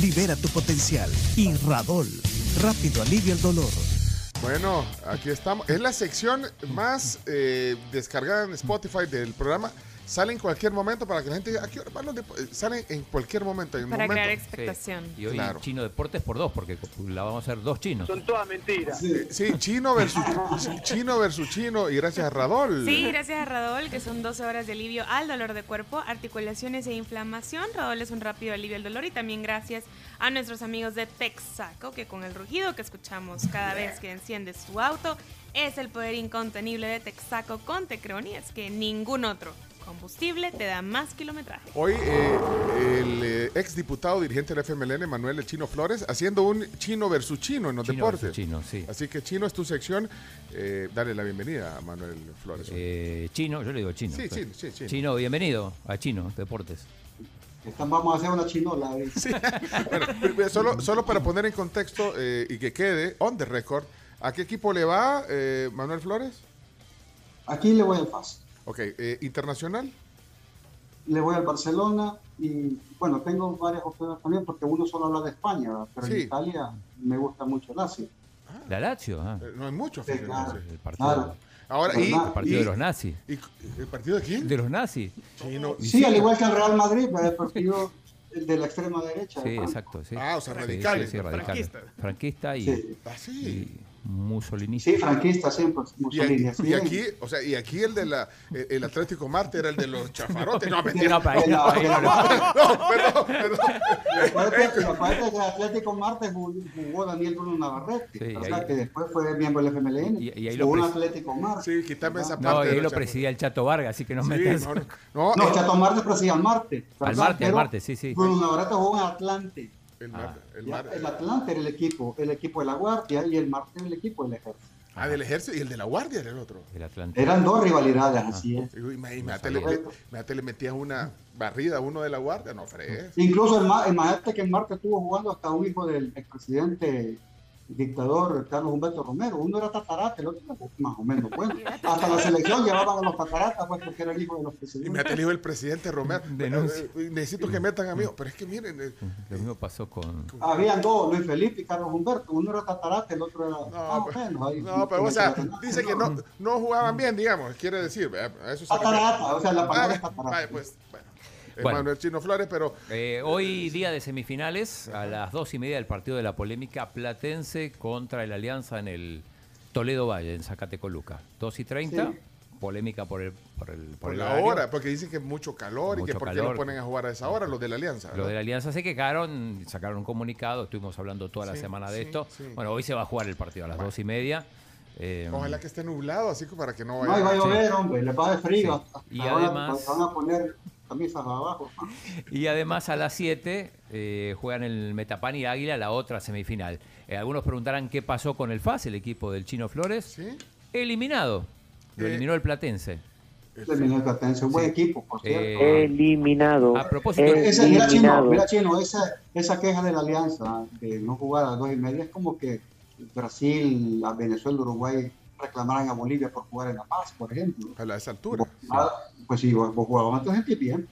Libera tu potencial y Radol, rápido alivio el dolor. Bueno, aquí estamos. Es la sección más eh, descargada en Spotify del programa. Sale en cualquier momento para que la gente diga, ¿a qué hora van los depo-?" Eh, Sale en cualquier momento. En un Para momento. crear expectación. Y hoy Claro. chino deportes por dos, porque la vamos a hacer dos chinos. Son todas mentiras. Eh, Sí, chino versus chino versus chino y gracias a Radol. Sí, gracias a Radol, que son 12 horas de alivio al dolor de cuerpo, articulaciones e inflamación. Radol es un rápido alivio al dolor y también gracias a nuestros amigos de Texaco, que con el rugido que escuchamos cada vez que enciendes tu auto, es el poder incontenible de Texaco con Tecron y es que ningún otro combustible te da más kilometraje. Hoy eh, el ex diputado dirigente del FMLN, Manuel El Chino Flores, haciendo un chino versus chino en los Chino deportes. versus chino, sí. Así que chino es tu sección. Eh, dale la bienvenida a Manuel Flores. Eh, chino, yo le digo chino. Sí, pero- chino, sí, chino. bienvenido a Chino Deportes. Están- vamos a hacer una chinola. ¿eh? Bueno, mira, solo, solo para poner en contexto eh, y que quede on the record, ¿a qué equipo le va eh, Manuel Flores? Aquí le voy al FAS, Ok, eh, internacional. le voy al Barcelona y bueno, tengo varias opciones también porque uno solo habla de España, ¿verdad? pero Sí. en Italia me gusta mucho el Lazio. La Lazio, ah, Eh, no hay muchos. Sí, aficionados, claro. Pues sí. el partido, Claro. Ahora, y, Verdad. el partido y- de los nazis. y- ¿El partido de quién? De los nazis. Chino. Sí, al igual que el Real Madrid, ¿verdad? el partido el de la extrema derecha. Sí, ¿verdad? exacto. Sí. Ah, o sea, Sí, radicales, sí, sí, radicales. Franquista y, Sí. Ah, sí. y musolinista. Sí, franquista siempre, Y aquí, Mussolini. así y es. aquí, o sea, y aquí el de la eh, el, el Atlético Marte era el de los chafarotes. No, De la- mentira. No, para ahí no, para ahí no. No, perdón, perdón. Acuérdate acuérdate que el Atlético Marte jugó, jugó Daniel Bruno Navarrete, Sí, ¿verdad? ahí- que después fue miembro del FMLN. Y- y ahí lo jugó un pres- Atlético Marte. Sí, quítame esa No, parte. y de ahí los lo chafarotes. presidía el Chato Vargas, así que no Sí, metas. no, no. No, No, el- Chato Marte preside al Marte. ¿verdad? Oh, Al Marte, al Pero Marte, sí, sí. Bruno Navarrete jugó en Atlante. el mar- el Ya, mar- El Atlante era el equipo, el equipo de la Guardia y el Marte era el equipo del Ejército. Ah, del ejército y el de la guardia era el otro. El Atlántico. Eran dos rivalidades, Ah. así es. Uy, Imagínate, No le, sabía. imagínate, le metías una barrida a uno de la guardia, no fregues. Incluso el, ma- imagínate que en Marte estuvo jugando hasta un hijo del expresidente dictador Carlos Humberto Romero. Uno era tatarata, el otro era más o menos bueno. Hasta la selección llevaban a los tataratas pues, porque era el hijo de los Y presidentes. me dijo el presidente Romero. Denuncia. eh, eh, Necesito que metan a mí. Pero es que miren, eh, Lo mismo pasó con. Habían dos, Luis Felipe y Carlos Humberto. Uno era tatarata, el otro era más o pero- menos. Ah, ahí. pues, no, pero o sea, dice que no, no jugaban bien, digamos, quiere decir. eh, a Eso se refiere. Tatarata, Ah, o sea, la palabra Ah, es tatarata. vaya, pues, bueno. Eh, Bueno. Manuel Chino Flores, pero Eh, hoy día de semifinales, a las dos y media del partido de la polémica Platense contra el Alianza en el Toledo Valle, en Zacatecoluca. 2 y 30, Sí. polémica por el, por el, por por el la horario. hora, porque dicen que es mucho calor y Mucho que por qué calor. lo ponen a jugar a esa hora, los de la Alianza. Los ¿no? de la Alianza se quejaron, sacaron un comunicado, estuvimos hablando toda la Sí, semana de sí, esto. sí. Bueno, hoy se va a jugar el partido a las dos y media. Eh, Ojalá que esté nublado, así que para que no No, ahí va a vaya. llover, hombre, les va a dar frío. Sí. Y Ahora además- van a poner camisas abajo. Eh, Y además a las 7 eh, juegan el Metapan y Águila la otra semifinal. Eh, algunos preguntarán qué pasó con el FAS, el equipo del Chino Flores. ¿Sí? Eliminado. Lo Eh, eliminó el Platense. Terminó el Platense, un buen equipo, por cierto. Pues, Eh, Eliminado. A propósito- Ese, mira, Chino, eliminado. mira, Chino, esa, esa queja de la alianza de no jugar a las dos y media es como que Brasil, a Venezuela, Uruguay reclamaran a Bolivia por jugar en La Paz, por ejemplo. A la- esa altura. Ah, pues si vos, vos jugabas antes en Tipién,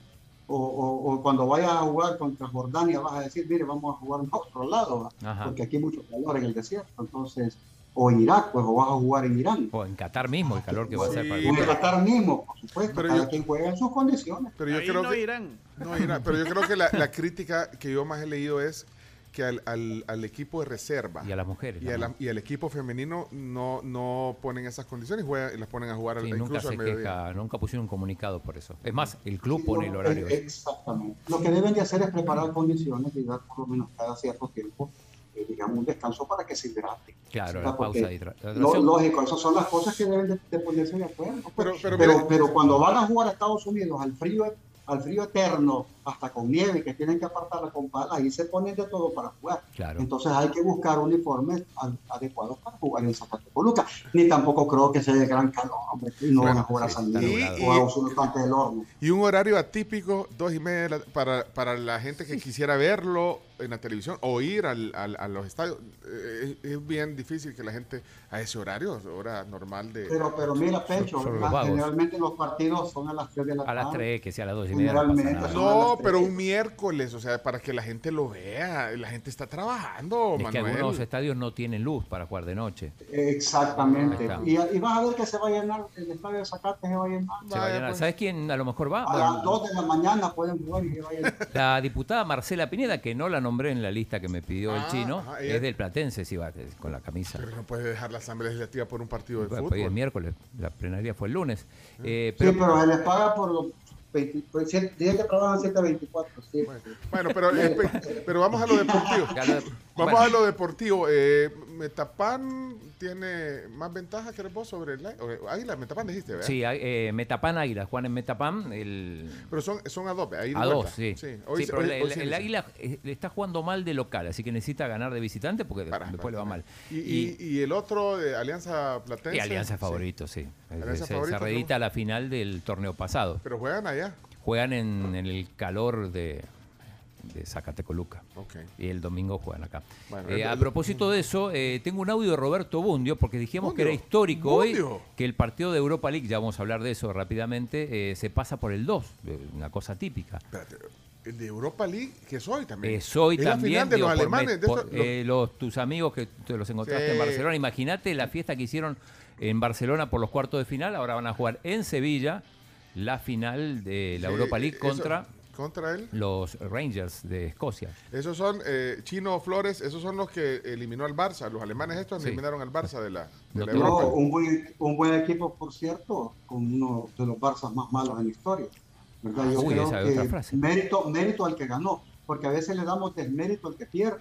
o, o, o cuando vayas a jugar contra Jordania vas a decir, mire, vamos a jugar a otro lado, ¿va? Ajá. porque aquí hay mucho calor en el desierto, entonces, o en Irak, pues, o vas a jugar en Irán. o en Qatar mismo, el calor que va a hacer para Sí, Y el el Qatar mismo, por supuesto, Pero cada yo- quien juega en sus condiciones. Pero yo creo que. irán. No, mira, pero yo creo que la, la crítica que yo más he leído es que al, al- al equipo de reserva Y a las mujeres. y a la- también. y al equipo femenino no, no ponen esas condiciones y juegan- las ponen a jugar al, Sí, incluso nunca se al mediodía. queja, nunca pusieron un comunicado por eso. Es más, el club Sí, pone no, el horario. eh, Exactamente. Lo que deben de hacer es preparar condiciones y dar por lo menos cada cierto tiempo, eh, digamos, un descanso para que se hidrate. Claro, ¿verdad? la pausa Porque y tra- la lo- hidratación. lógico, esas son las cosas que deben de, de ponerse de acuerdo. pues. Pero- pero pero, mire- pero cuando van a jugar a Estados Unidos al frío, al frío eterno, hasta con nieve, que tienen que apartarla con palas, y se ponen de todo para jugar. Claro. Entonces hay que buscar uniformes ad- adecuados para jugar en Zacatecoluca. Ni tampoco creo que sea de gran calor, hombre, que no van a jugar a San está Miguel nublado. o a Osuna Plante del Horno. Y un horario atípico, dos y media de la- para, para la gente que quisiera verlo en la televisión o ir al- al- a los estadios. Eh, es, es bien difícil que la gente a ese horario, hora normal de... Pero, pero mira, Pencho, sobre los ¿verdad? vagos. generalmente los partidos son a las 3 de la A tarde. las 3, que sea a las 2 y media. No pasa Generalmente, nada. son a las no, tres. pero un miércoles, o sea, para que la gente lo vea. La gente está trabajando, Es que Manuel. algunos estadios no tienen luz para jugar de noche. Ahí Exactamente. está. Y, y vas a ver que se va a llenar, el estadio de Zacate se va a llenar. Se va a llenar. pues. ¿Sabes quién a lo mejor va? A las 2 de la mañana pueden jugar y se va a llenar. La diputada Marcela Pineda, que no la nombré en la lista que me pidió el Ah, chino, ajá, ella- es del Platense, si va eh, con la camisa. Pero no puede dejar la Asamblea Legislativa por un partido de Bueno, pues, fútbol. fue el miércoles, la plenaria fue el lunes. Eh, Sí, pero, pero se les paga por los 20 por siete- días que trabajan 724. Sí. Bueno, pero, espe- pero vamos a lo deportivo. Ya lo- Vamos bueno. a lo deportivo. Eh, Metapan tiene más ventaja que vos sobre el Ai- o- Águila. Metapan dijiste, ¿verdad? sí, hay, eh, Metapan Águila, Juan en Metapan, el, Pero son, son a dos, ahí de a vuelta. dos, sí. hoy Sí, se- pero hoy- el, hoy el- sí el inicia. Águila eh, le está jugando mal de local, así que necesita ganar de visitante porque Para, después le va para. mal. Y, y- y el otro de Alianza Platense. y Alianza sí. favorito, sí. Alianza se, se favorito, reedita la final del torneo pasado. Pero juegan allá. Juegan en, en el calor de, de Zacatecoluca. Ok. Y el domingo juegan acá. Bueno, Eh, el- a el- propósito de eso, eh, tengo un audio de Roberto Bundio, porque dijimos que Bundio, era histórico hoy Bundio. que el partido de Europa League, ya vamos a hablar de eso rápidamente, eh, se pasa por el 2, eh, una cosa típica. Espérate, el de Europa League, que es hoy también. Es hoy Es también. la final de digo, los por alemanes. met- de por, esto- lo- eh, los, tus amigos que te los encontraste Sí. en Barcelona. Imagínate la fiesta que hicieron en Barcelona por los cuartos de final. Ahora van a jugar en Sevilla la final de la sí, Europa League eh, eso- contra Contra él. los Rangers de Escocia. Esos son eh, Chino Flores, esos son los que eliminó al Barça. Los alemanes estos Sí. eliminaron al Barça de la, de No la tengo- No, Europa. un, buen, un buen equipo, por cierto, con uno de los Barças más malos en la historia. ¿verdad? Yo Uy, creo Ah, esa es que otra frase. Mérito, mérito al que ganó, porque a veces le damos desmérito al que pierde.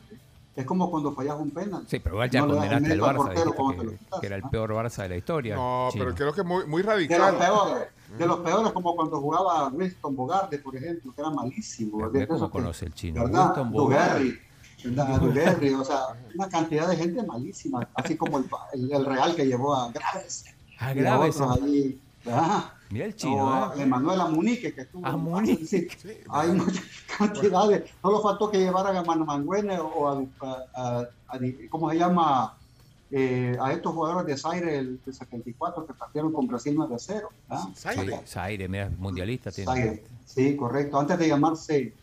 Es como cuando fallas un penal. Sí, pero igual ya No le das condenaste al mérito Barça. portero dijiste cuando te lo ah? que, quitas, que era el ¿no? peor Barça de la historia. No, pero Chino. creo que es muy, muy De los radical. peores, de los peores, como cuando jugaba Winston Bogarde, por ejemplo, que era malísimo. Pero de ve cómo esos que- conoce el chino. ¿Verdad? Winston Bogarde. Dugarry. ¿verdad? Dugarry, o sea, una cantidad de gente malísima, así como el, el- el Real que llevó a Graves. Ah, y a Graves. otros ahí, ¿verdad? Mirá el o chino. a ¿eh? Emanuel Amunique, que tuvo A Munique. hay muchas cantidades. Solo faltó que llevaran a Manangüene o a, a- a- a- ¿cómo se llama? Eh, a estos jugadores de Zaire el de 74 que partieron con Brasil 9 a 0. ¿verdad? Zaire. Sí, Zaire, mirá, mundialista. Tiene. Zaire, sí, correcto. Antes de llamarse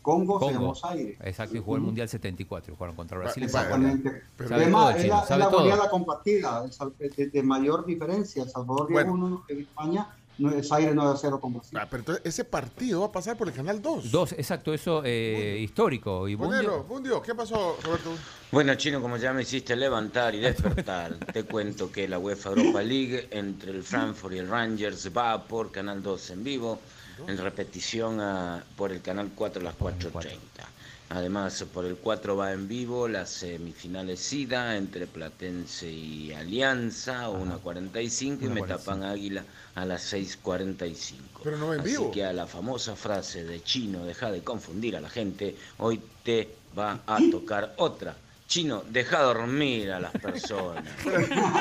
Congo, se Congo. llamó Zaire. Exacto, y jugó el Mundial 74. Jugaron contra Brasil. y Vale, Paraguay. Exactamente. Pero- Sabe Eh, Es más, todo, es Chino, la, es sabe la todo. goleada compartida el Sal- de, de mayor diferencia. El Salvador dio Bueno. 1 en España, no, es Zaire 9 a 0 con Brasil. Ah, pero entonces ese partido va a pasar por el canal 2. Dos, exacto, eso eh, histórico. Y Ponelo, Bundio, Bundio, ¿qué pasó, Roberto? Bueno, Chino, como ya me hiciste levantar y despertar, te cuento que la UEFA Europa League entre el Frankfurt y el Rangers va por Canal 2 en vivo, en repetición a- por el Canal 4 a las 4.30. Además, por el 4 va en vivo las semifinales ida entre Platense y Alianza, 1.45, y me 1:45. tapan Águila a las 6.45. Pero no va en Así vivo. que a la famosa frase de Chino, deja de confundir a la gente, hoy te va a tocar otra. Chino, deja dormir a las personas.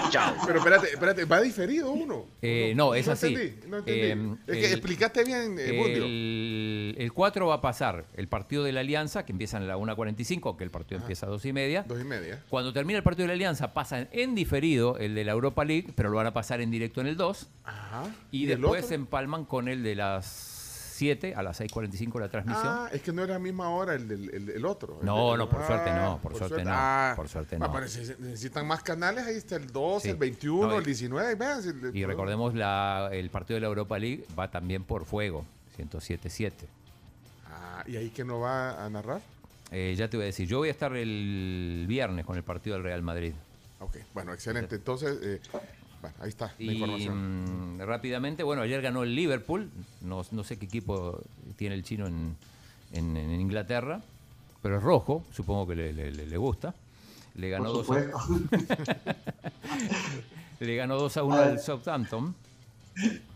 Chao. Pero espérate, espérate, va diferido uno. Eh, Uno- no, es así. entendí, no entendí. Eh, es que el- explicaste bien, eh, Bundio. el, el 4 va a pasar el partido de la Alianza, que empieza a la 1.45, que el partido empieza a 2 y media. Ah. Dos y media. Cuando termina el partido de la Alianza, pasan en diferido el de la Europa League, pero lo van a pasar en directo en el 2. Ajá. Y, el después otro? se empalman con el de las 7 a las 6.45 la transmisión. Ah, es que no era la misma hora el del el, el otro. El No, del- no, por ah, suerte no, por suerte no, Ah. por suerte Ah, no. pero si- si necesitan más canales, ahí está el 2, Sí. el 21, No, y- el 19, vean. si le- Y recordemos la, el partido de la Europa League va también por fuego, 107-7. Ah, y ahí que no va a narrar. Eh, ya te voy a decir, yo voy a estar el viernes con el partido del Real Madrid. Ok, bueno, excelente. Entonces, eh, bueno, ahí está la Y información. mm, rápidamente, bueno, ayer ganó el Liverpool, no, no sé qué equipo tiene el chino en, en- en Inglaterra, pero es rojo, supongo que le, le- le- le gusta. Le ganó, Por 2 a, supuesto. le ganó 2 a 1 al Southampton.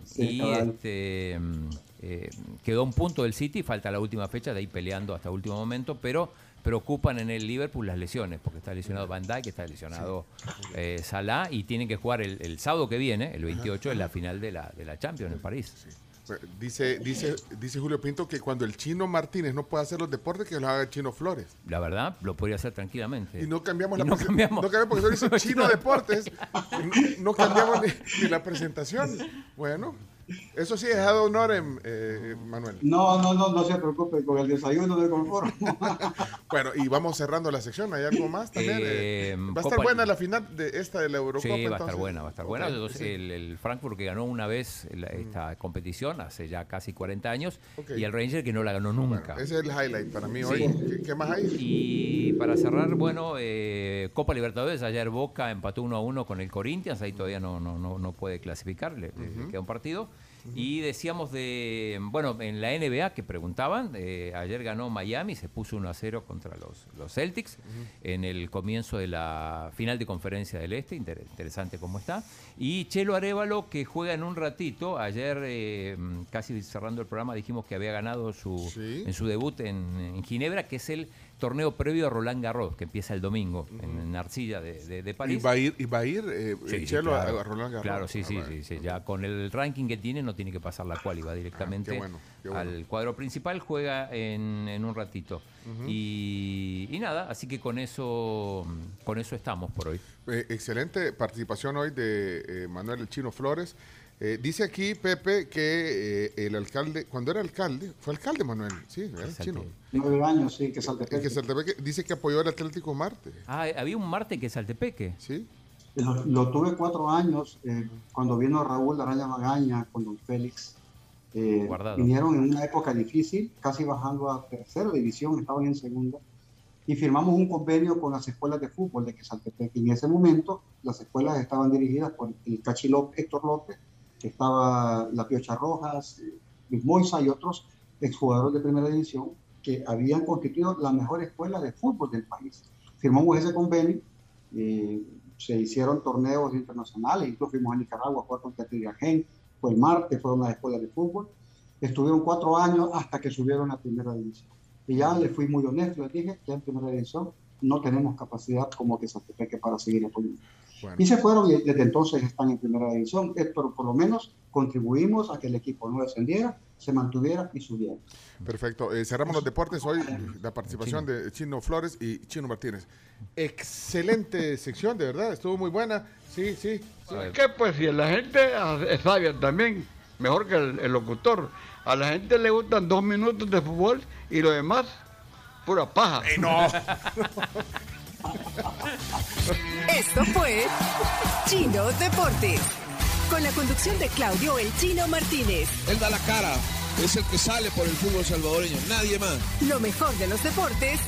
Sí, y cabal. este, mm, eh, quedó un punto del City, falta la última fecha, de ahí peleando hasta último momento, pero preocupan en el Liverpool las lesiones, porque está lesionado Van Dijk, está lesionado eh, Salah, y tienen que jugar el, el sábado que viene, el 28, en la final de la, de la Champions en París. Dice, dice, dice Julio Pinto que cuando el chino Martínez no puede hacer los deportes, que los haga el chino Flores. La verdad, lo podría hacer tranquilamente. Y no cambiamos Este, Y la no presen- cambiamos. No cambiamos porque solo dice Chino Deportes. Y No, no cambiamos ni, ni la presentación. Bueno, eso sí, es ad honorem, eh, Manuel. No, no, no, no se preocupe, con el desayuno me conformo. Bueno, y vamos cerrando la sección. ¿Hay algo más también? Eh, Eh, va a estar Copa- buena la final de esta de la Sí, Eurocopa. va a estar entonces? buena, va a estar buena. Ok, Entonces, sí. Mm. el, el Frankfurt que ganó una vez la- esta competición hace ya casi 40 años Ok. y el Ranger que no la ganó nunca. Ese es el highlight para mí Sí. hoy. ¿Qué, qué más hay? Y para cerrar, bueno, eh, Copa Libertadores, ayer Boca empató 1 a 1 con el Corinthians, ahí todavía no, no, no, no puede clasificar, le, le queda un partido. Y decíamos de, bueno, en la NBA que preguntaban, eh, ayer ganó Miami, se puso 1 a 0 contra los, los Celtics en el comienzo de la final de conferencia del Este, inter- interesante cómo está. Y Chelo Arevalo que juega en un ratito, ayer eh, casi cerrando el programa dijimos que había ganado su, Sí. en su debut en, en Ginebra, que es el torneo previo a Roland Garros, que empieza el domingo en, en Arcilla de, de- de Y París. va a ir, y va a ir eh, Sí, sí, Chelo claro. a, a Roland Garros. Claro, sí, Ah, sí, va. sí, sí, Ya con el ranking que tiene no tiene que pasar la cual y va directamente Ah, qué bueno, qué bueno. al cuadro principal, juega en, en un ratito. y, y nada, así que con eso, con eso estamos por hoy. Eh, excelente participación hoy de eh, Manuel El Chino Flores. Eh, dice aquí Pepe que eh, el alcalde, cuando era alcalde, fue alcalde Manuel, sí, era el Exacto. chino. Nueve años, sí, que salte. El que Saltepeque dice que apoyó al Atlético Marte, Ah, había un Marte que es Saltepeque. ¿sí? Lo, lo tuve cuatro años eh, cuando vino Raúl Araya Magaña con don Félix. eh, Guardado. vinieron en una época difícil, casi bajando a tercera división, estaban en segunda. Y firmamos un convenio con las escuelas de fútbol de Quesaltepec. Y en ese momento las escuelas estaban dirigidas por el Cachi López, Héctor López, que estaba La Piocha Rojas, eh, Luis Moisa y otros exjugadores de primera división que habían constituido la mejor escuela de fútbol del país. Firmamos ese convenio. eh, se hicieron torneos internacionales, incluso fuimos a Nicaragua a jugar contra Tigre fue el martes, fueron las escuelas de fútbol. Estuvieron cuatro años hasta que subieron a primera división. Y ya les fui muy honesto, les dije, ya en primera división no tenemos capacidad como que Zatepeque para seguir apoyando. Bueno, Y se fueron y desde entonces están en primera división, Eh, pero por lo menos contribuimos a que el equipo no descendiera, se mantuviera y subiera. perfecto. Eh, cerramos los deportes hoy, la participación de Chino Flores y Chino Martínez. Excelente sección, de verdad, estuvo muy buena. Sí, sí. sí. Eh, que pues si la gente es sabia también, mejor que el, el locutor, a la gente le gustan dos minutos de fútbol y lo demás, pura paja. Esto fue Chino Deportes. Con la conducción de Claudio El Chino Martínez. Él da la cara, es el que sale por el fútbol salvadoreño, nadie más. Lo mejor de los deportes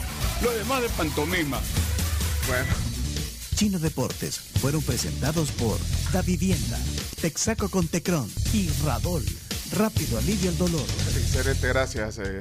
Lo demás de pantomima. Bueno, Chino Deportes fueron presentados por Da Vivienda, Texaco con Tecron y Radol. Rápido alivio al dolor. excelente, gracias. eh.